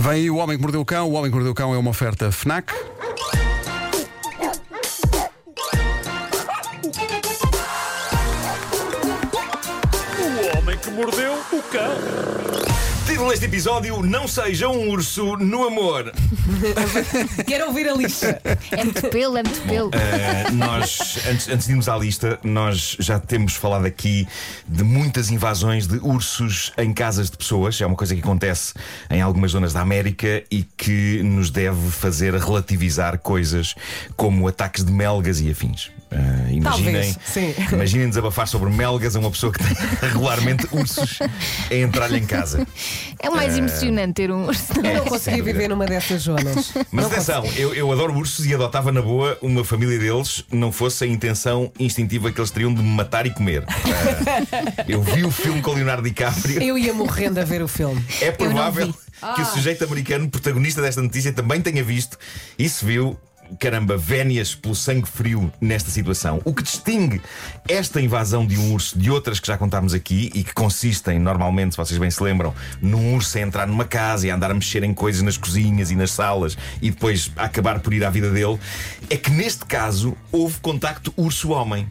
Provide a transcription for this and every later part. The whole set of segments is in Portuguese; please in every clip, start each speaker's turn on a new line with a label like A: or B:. A: Vem aí o Homem que Mordeu o Cão. O Homem que Mordeu o Cão é uma oferta FNAC.
B: O homem que mordeu o cão.
C: Título deste episódio: Não seja um urso no amor.
D: Quero ouvir a lista.
E: É muito pelo, é muito pelo.
C: Eh, nós, antes, antes de irmos à lista, nós já temos falado aqui de muitas invasões de ursos em casas de pessoas. É uma coisa que acontece em algumas zonas da América e que nos deve fazer relativizar coisas como ataques de melgas e afins. Eh, imaginem,
D: Talvez, sim.
C: imaginem desabafar sobre melgas a uma pessoa que tem regularmente ursos a entrar-lhe em casa.
E: É o mais emocionante ter um urso.
C: É,
D: Não
C: sem
D: consegui
C: dúvida.
D: viver numa dessas zonas.
C: Mas
D: Não
C: atenção, eu, eu adoro ursos e adotava na boa uma família deles, não fosse a intenção instintiva que eles teriam de me matar e comer. Ah, eu vi o filme com Leonardo DiCaprio.
D: Eu ia morrendo a ver o filme.
C: É provável que o sujeito americano, protagonista desta notícia, também tenha visto e se viu. Caramba, vénias pelo sangue frio nesta situação. O que distingue esta invasão de um urso de outras que já contámos aqui e que consistem, normalmente, se vocês bem se lembram, num urso a entrar numa casa e a andar a mexer em coisas nas cozinhas e nas salas e depois a acabar por ir à vida dele, é que neste caso houve contacto urso-homem.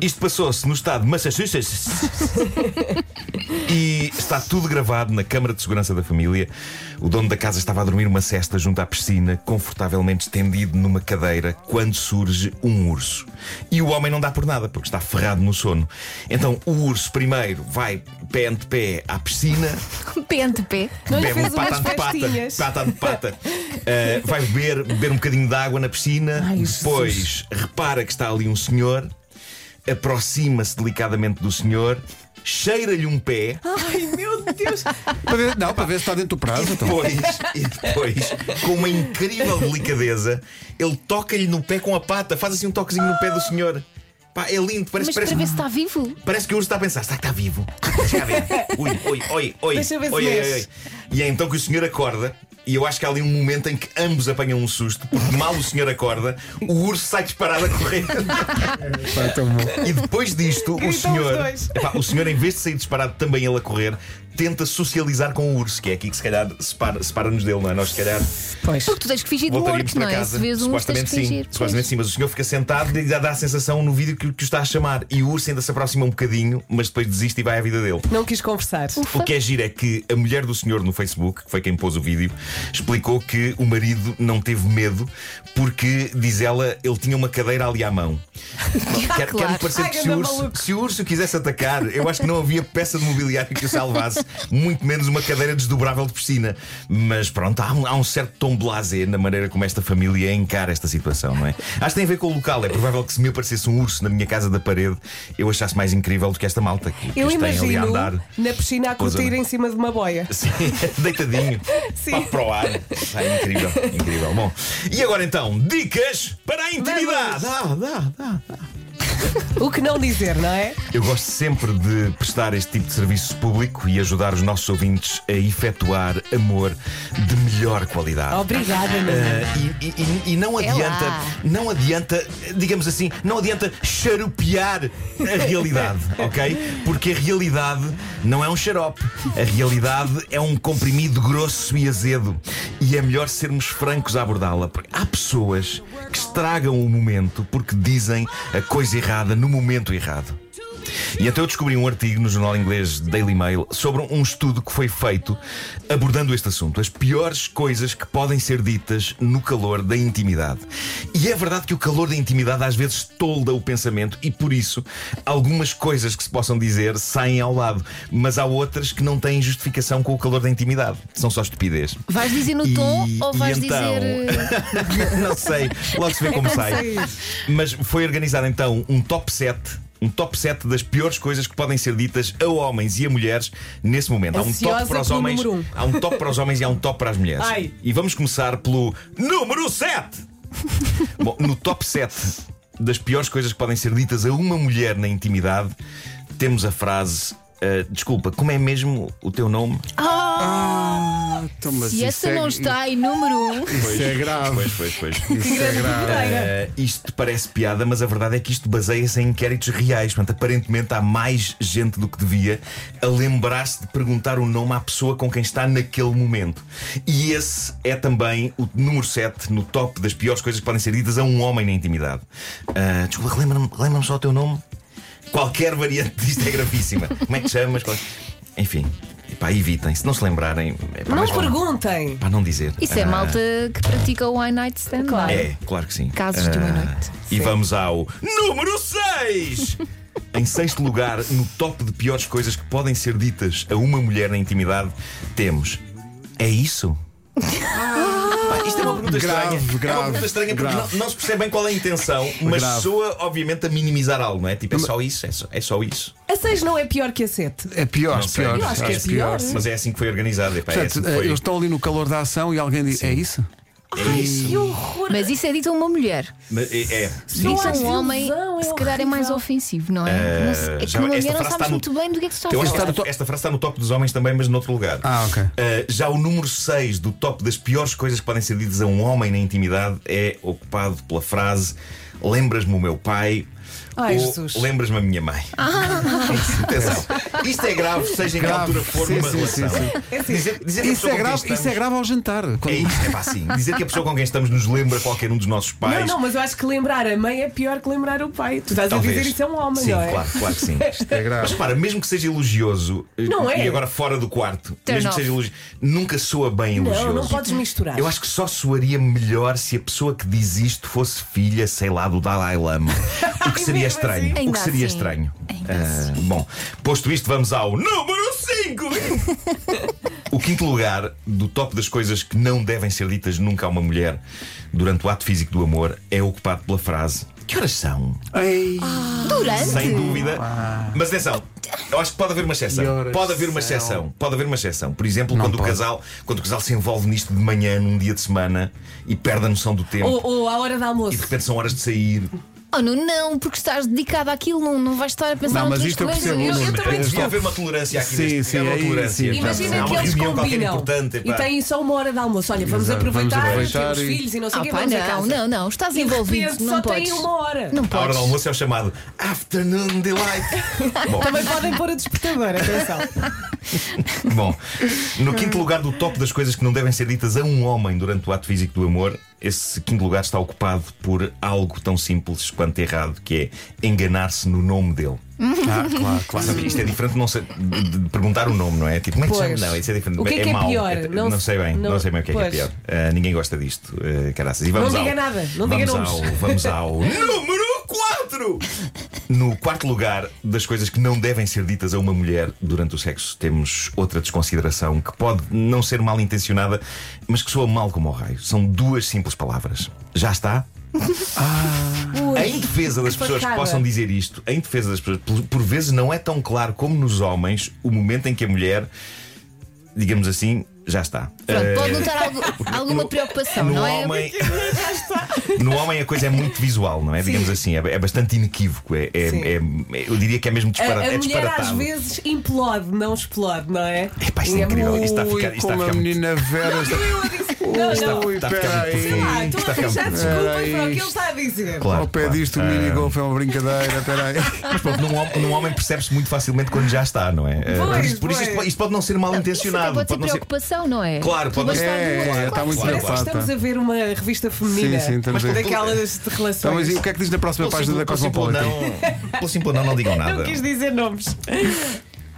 C: Isto passou-se no estado de Massachusetts. E está tudo gravado na Câmara de Segurança da Família. O dono da casa estava a dormir uma cesta junto à piscina, confortavelmente estendido numa cadeira, quando surge um urso. E o homem não dá por nada, porque está ferrado no sono. Então o urso primeiro vai pé ante pé à piscina,
E: PNTP.
D: Não lhe
C: bebe um
D: fez
C: pata
D: umas
C: ante pata,
D: festinhas.
C: pata ante pata. Uh, vai beber, beber um bocadinho de água na piscina,
D: Ai,
C: depois repara que está ali um senhor, aproxima-se delicadamente do senhor, cheira-lhe um pé.
D: Ai meu Deus!
A: Para ver- não, para ver se está dentro do prazo.
C: E
A: então.
C: depois, e depois, com uma incrível delicadeza, ele toca-lhe no pé com a pata, faz assim um toquezinho no pé do senhor. Pá, é lindo, parece,
E: Mas
C: parece,
E: para ver se está vivo.
C: parece que o urso está a pensar: será que está vivo? Deixa cá ver. Ui, ui, oi, oi.
D: Deixa eu ver se
C: oi, oi,
D: mexe.
C: oi. E é então que o senhor acorda. E eu acho que há ali um momento em que ambos apanham um susto, porque mal o senhor acorda, o urso sai disparado a correr.
A: Pá, tão bom.
C: E depois disto, o
D: Gritam os
C: senhor,
D: dois.
C: Epá, o senhor, em vez de sair disparado também ele a correr, tenta socializar com o urso, que é aqui que se calhar separa- separa-nos dele, não é? Nós, se calhar,
D: Pois.
E: Porque tu tens que fingir de
C: voltaríamos
E: morto,
C: para
E: não é?
C: casa.
E: Se vês um urso, tens
C: supostamente,
E: que
C: sim,
E: fingir.
C: supostamente sim, mas o senhor fica sentado e já dá a sensação no vídeo que, que o está a chamar. E o urso ainda se aproxima um bocadinho, mas depois desiste e vai à vida dele.
D: Não quis conversar.
C: O que é giro é que a mulher do senhor no Facebook, que foi quem pôs o vídeo, explicou que o marido não teve medo porque, diz ela, ele tinha uma cadeira ali à mão. Quer,
E: Claro.
C: Quero parecer
D: Ai,
C: que se o,
D: anda
C: urso,
D: maluco.
C: se o urso quisesse atacar, eu acho que não havia peça de mobiliário que o salvasse, muito menos uma cadeira desdobrável de piscina. Mas pronto, há um, há um certo tom blasé na maneira como esta família encara esta situação, não é? Acho que tem a ver com o local. É provável que se me aparecesse um urso na minha casa da parede, eu achasse mais incrível do que esta malta que, que
D: Eu
C: os tem ali a
D: imagino
C: andar.
D: na piscina a curtir
C: Coisa.
D: em cima de uma boia.
C: Sim, deitadinho.
D: Sim.
C: Pá, para o ar. Ah, incrível, incrível. Bom, e agora então, dicas para a intimidade. Dá, dá, dá.
D: O que não dizer, não é?
C: Eu gosto sempre de prestar este tipo de serviço público e ajudar os nossos ouvintes a efetuar amor de melhor qualidade.
D: Obrigada, Nuno.
C: Ah, e, e- e- e não
E: É
C: adianta,
E: lá.
C: não adianta, digamos assim, não adianta charupear a realidade, ok? Porque a realidade não é um xarope. A realidade é um comprimido grosso e azedo. E é melhor sermos francos a abordá-la. porque Há pessoas que estragam o momento porque dizem a coisa errada no momento errado. E até eu descobri um artigo no jornal inglês Daily Mail sobre um estudo que foi feito abordando este assunto. As piores coisas que podem ser ditas no calor da intimidade. E é verdade que o calor da intimidade às vezes tolda o pensamento e por isso algumas coisas que se possam dizer saem ao lado. Mas há outras que não têm justificação com o calor da intimidade. São só estupidez.
E: Vais dizer no
C: E-
E: tom ou
C: e
E: vais
C: então-
E: dizer. eh,
C: não sei, logo se vê como sai. Mas foi organizado então um top 7. Um top 7 das piores coisas que podem ser ditas a homens e a mulheres nesse momento. Há um
D: Ansiosa
C: top para os
D: pelo
C: homens.
D: número um.
C: Há um top para os homens e há um top para as mulheres.
D: Ai.
C: E vamos começar pelo número 7. Bom, no top 7 das piores coisas que podem ser ditas a uma mulher na intimidade, eh, temos a frase: ah, Desculpa, como é mesmo o teu nome?
A: Então, mas
E: Se
A: isso
E: essa
A: é-
E: não está em número um,
A: Isso é grave.
C: Pois, pois, pois.
A: Isso é grave.
C: Eh, isto parece piada, mas a verdade é que isto baseia-se em inquéritos reais. Portanto, aparentemente há mais gente do que devia a lembrar-se de perguntar o nome à pessoa com quem está naquele momento. E esse é também o número 7 no top das piores coisas que podem ser ditas a um homem na intimidade. Ah, desculpa, lembra-me lembra-me só o teu nome? Qualquer variante disto é gravíssima. Como é que te chamas? Qual- Enfim, epá, evitem. Se não se lembrarem, epá,
D: Não
C: mas vale-
D: perguntem.
C: Para não dizer.
E: isso é
C: Ah,
E: malta que pratica o One Night Stand.
D: Claro.
C: é, claro que sim.
E: Casos de uma
C: Ah,
E: noite.
C: E vamos ao número 6! em sexto lugar, no top de piores coisas que podem ser ditas a uma mulher na intimidade, temos. É isso? Pá, Isto é uma pergunta
A: Grave,
C: estranha. é
A: grave,
C: uma pergunta estranha porque
A: grave.
C: não, não se percebe bem qual é a intenção, mas
A: Grave.
C: soa, obviamente, a minimizar algo, não é? Tipo, é só isso, é só, é só isso.
D: A 6 não é pior que a 7.
A: É pior,
C: Não sei.
A: pior.
C: Eu acho que é
D: pior.
C: Mas é assim que foi organizado. epá, é assim
A: Portanto,
C: que foi.
A: eles estão ali no calor da ação e alguém diz: É isso?
D: Ai, que horror!
E: Mas isso é dito a uma mulher.
C: Mas é- é.
D: Eu
E: Dito a
D: acho
E: um homem,
D: ilusão, é
E: se calhar é
D: horrível.
E: mais ofensivo, não é?
C: Eh,
E: Não sei-
C: já-
E: é que uma
C: esta
E: mulher não
C: frase
E: sabes
C: está no-
E: muito bem do que é que se está a
C: Eu acho
E: falar.
C: que Então, esta, esta frase está no top dos homens também, mas noutro lugar.
A: Ah, ok.
C: Uh, já o número 6 do top das piores coisas que podem ser ditas a um homem na intimidade é ocupado pela frase Lembras-me o meu pai.
D: Ai,
C: ou
D: Jesus. Ah.
C: Lembras-me a minha mãe. Atenção. Isto é grave, seja em que
A: Grave.
C: altura for
A: Sim,
C: numa
A: sim,
C: relação.
A: sim,
D: É assim.
C: Dizer, dizer que a
A: Isso é,
C: pessoa com quem
A: grave, isso é
C: estamos-
A: grave ao jantar.
C: É isto, é pá, sim. Dizer que a pessoa com quem estamos nos lembra qualquer um dos nossos pais.
D: Não, não, mas eu acho que lembrar a mãe é pior que lembrar o pai. Tu estás
C: Talvez.
D: a dizer isso é um homem,
C: sim,
D: não é?
C: Claro, claro que sim.
A: É
C: Mas
A: grave.
C: para, mesmo que seja elogioso, eh,
D: Não
C: e
D: é.
C: agora fora do quarto,
E: Turn
C: mesmo
E: off.
C: que seja elogioso, nunca soa bem elogioso.
D: Não, não podes misturar.
C: Eu acho que só soaria melhor se a pessoa que diz isto fosse filha, sei lá, do Dalai Lama. O que seria
D: Mesmo assim.
C: estranho. O
E: Ainda
C: que seria
E: assim.
C: estranho.
E: Ainda
C: Ah, bom, posto isto, vamos ao número 5. O quinto lugar do top das coisas que não devem ser ditas nunca a uma mulher durante o ato físico do amor é ocupado pela frase: Que horas são?
A: Ei,
E: Durante.
C: Sem dúvida. Mas atenção, eu acho que pode haver uma
A: Ah. E
C: exceção.
A: horas
C: Pode haver uma
A: são.
C: exceção. Pode haver uma exceção. Por exemplo, quando o,
A: pode.
C: casal, quando o casal se envolve nisto de manhã, num dia de semana, e perde a noção do tempo.
D: Ou, ou à hora
C: E
D: do
C: de
D: almoço.
C: repente são horas de sair.
E: Oh, não, não, porque estás dedicado àquilo, não, não vais estar a pensar
A: Não, mas
E: noutras
A: isto eu
E: coisas.
A: percebo, Nuno.
D: Eu também
C: Devia
D: percebo.
C: haver uma tolerância aqui
A: Sim,
C: neste
A: sim,
C: há uma
A: aí,
C: tolerância.
A: sim,
C: Há
D: Imagina
C: uma
D: que eles
C: reunião qualquer
D: combinam
C: importante,
D: e
C: pá.
D: têm só uma hora de almoço. Olha, vamos
A: Exato, vamos
D: aproveitar,
A: aproveitar
D: temos
A: e-
D: filhos e não sei
E: Ah,
D: o que,
E: pá,
D: vamos a
E: não,
D: casa.
E: não, não,
D: E
E: estás
D: de
E: envolvido,
D: repente
E: não
D: só
E: podes.
D: têm uma hora.
E: Não
C: A hora
E: podes.
C: do almoço é o chamado Afternoon Delight. Bom,
D: Também podem pôr a despertador, atenção.
C: Bom, no quinto lugar do top das coisas que não devem ser ditas a um homem durante o ato físico do amor, esse quinto lugar está ocupado por algo tão simples quanto errado, que é enganar-se no nome dele.
A: Ah, claro, claro.
C: Sabe, isto é diferente de não sei- de- de perguntar o nome, não é? Tipo, como é que se chama?
D: Pois.
C: Não, isso é diferente.
D: O que é que é
C: mau.
D: pior?
C: não,
D: Não-
C: sei bem, não,
D: não-
C: sei bem o que é, que é
D: pois.
C: pior. Ah, ninguém gosta disto, ah, caraças. E vamos
D: Não
C: ao,
D: diga nada, não
C: vamos
D: diga
C: ao,
D: nomes.
C: Vamos ao número 4! No quarto lugar das coisas que não devem ser ditas a uma mulher durante o sexo, temos outra desconsideração que pode não ser mal intencionada, mas que soa mal como ao raio. São duas simples palavras. Já está? Em defesa das
D: que
C: pessoas que
D: facada.
C: possam dizer isto, em defesa das pessoas, por, por vezes não é tão claro como nos homens o momento em que a mulher, digamos assim, já está.
E: Pronto, pode
C: Eh,
E: notar algo- alguma preocupação,
C: no
E: não é?
C: Homem, no homem a coisa é muito visual, não é? Digamos assim, é, é bastante inequívoco. É, é-
D: Sim.
C: é- é- eu diria que é mesmo
D: A,
C: dispara,
D: a
C: é
D: mulher às
C: disparatado.
D: vezes implode, não explode, não é?
C: Epá, isto é
D: E
C: incrível.
D: muito-
C: Isto está a
A: Ui,
C: ficar- isto está a
A: como a
C: ficar muito-
A: menina Vera. está-
D: Não, não.
A: Ui,
C: Está a ficar muito
A: peraí.
C: fofinho.
D: Ah,
C: Está
D: estou
C: a
D: a
C: ficar
D: arranjar
C: muito-
D: desculpas
A: Era
D: para o que ele
A: isto.
D: está a dizer.
C: Claro,
A: Ao pé
C: claro.
A: disto, o
C: Ah,
A: minigolf é uma brincadeira. Peraí.
C: Mas pronto, num, hom- num homem percebe-se muito facilmente quando já está, não é? Eh, por
D: Pois,
C: isso, por isso isto,
D: pois.
C: pode, isto pode não ser mal
E: Isso até
C: intencionado.
E: pode ser
C: não ser-
E: preocupação, não é?
C: Claro, pode não
E: Mas
C: ser.
E: está
A: É,
E: no ar,
A: está
E: claro.
A: muito
D: Parece que
A: engraçado.
D: estamos
A: tá.
D: a ver uma revista feminina.
A: Sim, sim,
C: então,
A: estamos
D: mas
A: a ver.
C: é
D: daquelas de
A: Então, mas
D: relações.
A: e o que é que diz na próxima página da
C: Pelo simples
A: Cosmopolitan?
C: não- Pelo simples não, não digam nada.
D: Não quis dizer nomes.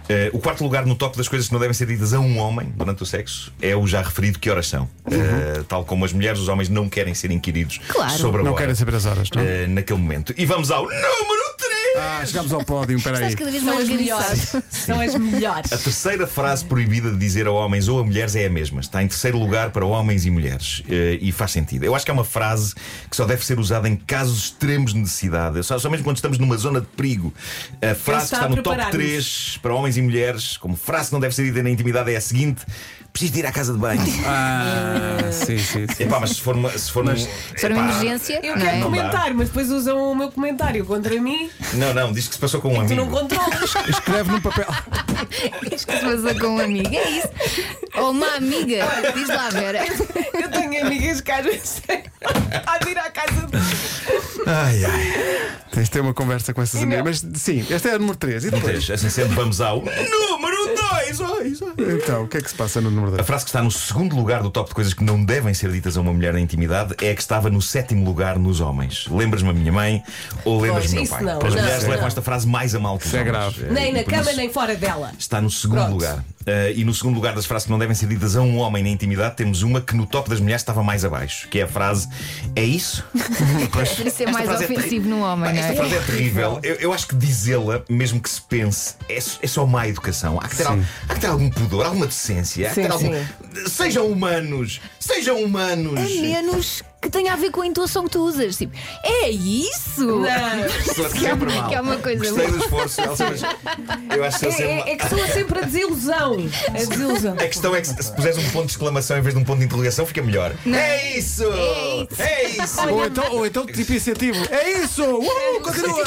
C: Eh, o quarto lugar no top das coisas que não devem ser ditas a um homem durante o sexo é o já referido que horas são. Eh, tal como as mulheres, os homens não querem ser inquiridos
E: Claro.
C: sobre a
A: Uhum. Não
C: hora,
A: querem saber as horas, não?
C: eh, naquele momento. E vamos ao número 3!
A: Ah, chegámos ao pódio, peraí.
E: Estás cada vez
D: São
E: mais
D: as
E: organizado.
D: melhores. São as melhores.
C: A terceira frase proibida de dizer a homens ou a mulheres é a mesma. Está em terceiro lugar para homens e mulheres. Eh, E faz sentido. Eu acho que é uma frase que só deve ser usada em casos extremos de necessidade. Só, só mesmo quando estamos numa zona de perigo. A frase
D: está
C: que está
D: a
C: no top
D: preparar-nos.
C: 3 para homens e mulheres, como frase que não deve ser dita na intimidade, é a seguinte: preciso de ir à casa de banho.
A: Ah, sim, sim. sim.
C: Epá, mas se for uma. Se for, um-
E: Se for uma
C: epá,
E: emergência,
D: Eu
E: não
D: quero
E: é?
C: dá.
D: comentar, mas depois usam o meu comentário contra mim.
C: Não, Não, não, diz que se passou com um
D: Tu
C: amigo.
D: não controlas.
A: Escreve num papel.
E: Diz que se passa com uma amiga, é isso. Ou uma amiga, diz lá, Vera.
D: Eu tenho amigas que às vezes a vir à casa de
C: Ai, ai.
A: Tens de ter uma conversa com essas
D: E não.
A: amigas. Mas sim, esta é a número 3. E depois?
C: Pois, assim sendo, vamos ao número 2. Dois, dois.
A: Então, o que é que se passa no número
C: A
A: 2?
C: frase que está no segundo lugar do top de coisas que não devem ser ditas a uma mulher na intimidade é a que estava no sétimo lugar nos homens. Lembras-me a minha mãe ou lembras-me meu
D: isso
C: pai?
D: não,
C: As
D: não,
C: mulheres
D: não.
C: levam esta frase mais a mal que os
A: Isso é
C: homens.
A: grave.
C: Eh,
D: Nem
C: e
D: na
C: por
D: cama,
C: isso
D: nem fora dela.
C: Está no segundo
D: Pronto.
C: lugar. Eh, e no segundo lugar das frases que não devem ser ditas a um homem na intimidade, temos uma que no top das mulheres estava mais abaixo, que é a frase É isso?
E: Por isso é
C: Esta
E: mais
C: frase é
E: ofensivo
C: terri-
E: no homem,
C: Pá,
E: não
C: Esta
E: é?
C: frase é terrível. Eu, eu acho que dizê-la, mesmo que se pense, é, s- é só má educação. Há que, ter al- há que ter algum pudor, alguma decência. Há que
D: Sim,
C: ter algum... Sejam humanos! Sejam humanos!
E: A menos que tenha a ver com a intuação que tu usas. Tipo, é isso?
D: Não.
C: Soa
E: é
C: sempre
E: uma-
C: mal.
E: que é uma coisa
C: Gostei
E: boa.
C: do esforço, Elsa, mas eu acho que
D: É,
C: soa sempre mal.
D: é- é que soa sempre a desilusão. A desilusão.
C: A questão é que se se puseres um ponto de exclamação em vez de um ponto de interrogação, fica melhor. É isso!
E: É isso!
C: É isso!
A: Ou então, ou então tipo incentivo. É isso! Uh, continua!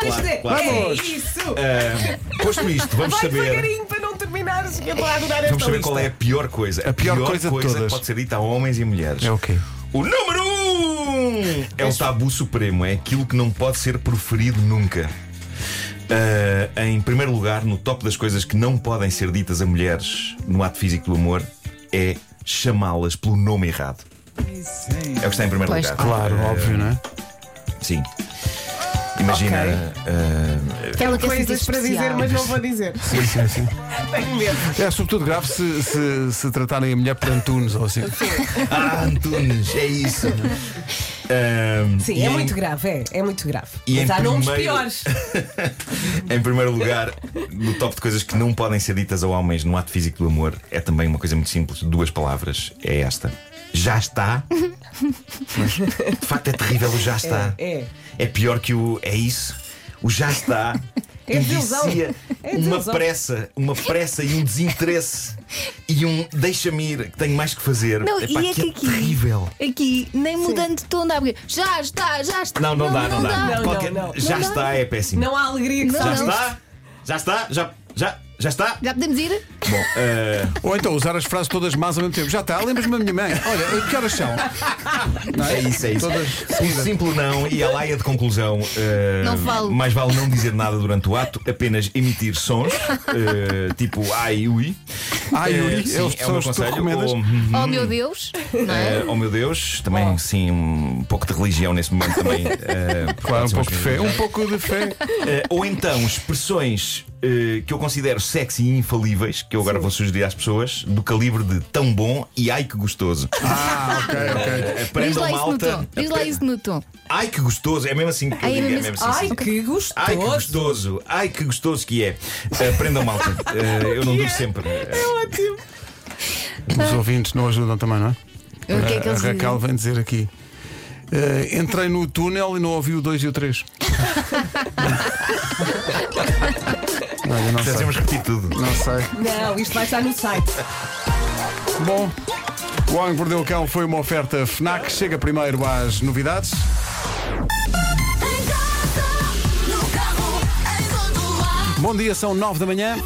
D: Tens de dizer,
C: claro.
D: É
A: Vamos.
D: isso.
C: Ah, posto isto, vamos
D: Vai
C: saber.
D: devagarinho para não terminares. que Eu estou a adorar esta
C: Vamos saber
D: lista.
C: qual é a pior coisa.
A: A pior coisa de todas.
C: que pode ser dita a homens e mulheres.
A: É o quê?
C: O número 1 um é o tabu supremo, é aquilo que não pode ser proferido nunca. Ah, em primeiro lugar, no top das coisas que não podem ser ditas a mulheres no ato físico do amor, é chamá-las pelo nome errado. É o que está em primeiro
E: Pois,
C: lugar. Ah,
A: Claro, óbvio, não é?
C: Sim. Imagina. ah,
E: Aquela que é
D: Coisas para dizer, mas não vou dizer.
A: Sim, sim, sim.
D: Tenho medo.
A: É sobretudo grave se, se, se tratarem a mulher por Antunes ou assim.
C: ah, Antunes, é isso. Ah,
D: Sim,
C: e
D: é
C: em-
D: muito grave, é. É muito grave.
C: E
D: Mas
C: em
D: há nomes
C: primeiro-
D: piores.
C: Em primeiro lugar, no top de coisas que não podem ser ditas a homens no ato físico do amor, é também uma coisa muito simples, duas palavras. É esta. Já está. Mas, de facto é terrível o já está.
D: é.
C: É pior que o é isso. O já está.
D: É desilusão.
C: indicia
D: É
C: uma
D: desilusão.
C: pressa, uma pressa e um desinteresse e um deixa-me ir, que tenho mais que fazer.
E: Não,
C: Epá,
E: e é que
C: que é
E: aqui,
C: terrível.
E: aqui, nem mudando de tom dá porque já está, já está.
C: Não, não, dá, não, dá.
D: Não,
C: Qualquer-
D: não, não.
C: Já
E: Não dá.
C: está, é péssimo.
D: Não há alegria que
E: Não,
C: Já
D: seja.
C: está, já está, já, já, já está.
E: Já podemos ir?
C: Bom, eh,
A: Ou então usar as frases todas más ao mesmo tempo. Já está, lembras-me da minha mãe. Olha, que horas são? Não
C: É isso, é isso.
A: Todas
C: Um simples não e a laia de conclusão. eh,
E: Não falo.
C: Mais vale não dizer nada durante o ato, apenas emitir sons, eh, tipo ai, ui.
A: Ai,
C: Eh,
A: ui,
C: sim,
A: é os sons
C: o meu
A: que tu
C: conselho.
A: recomendas.
C: Ou, hum,
E: Oh meu Deus, não é?
C: eh, oh meu Deus, também sim, um pouco de religião nesse momento também. eh,
A: Claro, um
C: pode ser
A: pouco de fé. Um pouco de fé.
C: Eh, ou então expressões eh, que eu considero sexy e infalíveis, que eu agora vou sugerir às pessoas, do calibre de tão bom e ai que gostoso.
A: Ah, ok, ok.
E: Diz
C: Aprendam
E: lá isso no
C: malta. Eh,
E: tom. Diz lá isso no tom.
C: Ai que gostoso, é mesmo assim que eu
E: Ai, é
C: digo,
E: mesmo
C: é mesmo
E: assim.
C: assim.
D: Ai, que gostoso.
C: Ai que gostoso, ai que gostoso que é. Aprendam malta. Eh, eu não duro sempre. Eh,
D: É Ótimo.
A: Os ouvintes não ajudam também, não é?
E: O que é que
A: a
E: eles
A: Raquel vem dizer aqui. eh, entrei no túnel e não ouvi o 2 e o 3. Olha, não sei.
C: Fazemos repetir tudo.
A: Não sei.
D: Não, isto vai estar no site.
A: Bom, o Homem que Mordeu o Cão foi uma oferta FNAC. Chega primeiro às novidades.
F: Em casa, no carro, em todo lado.
A: Bom dia, são 9 da manhã.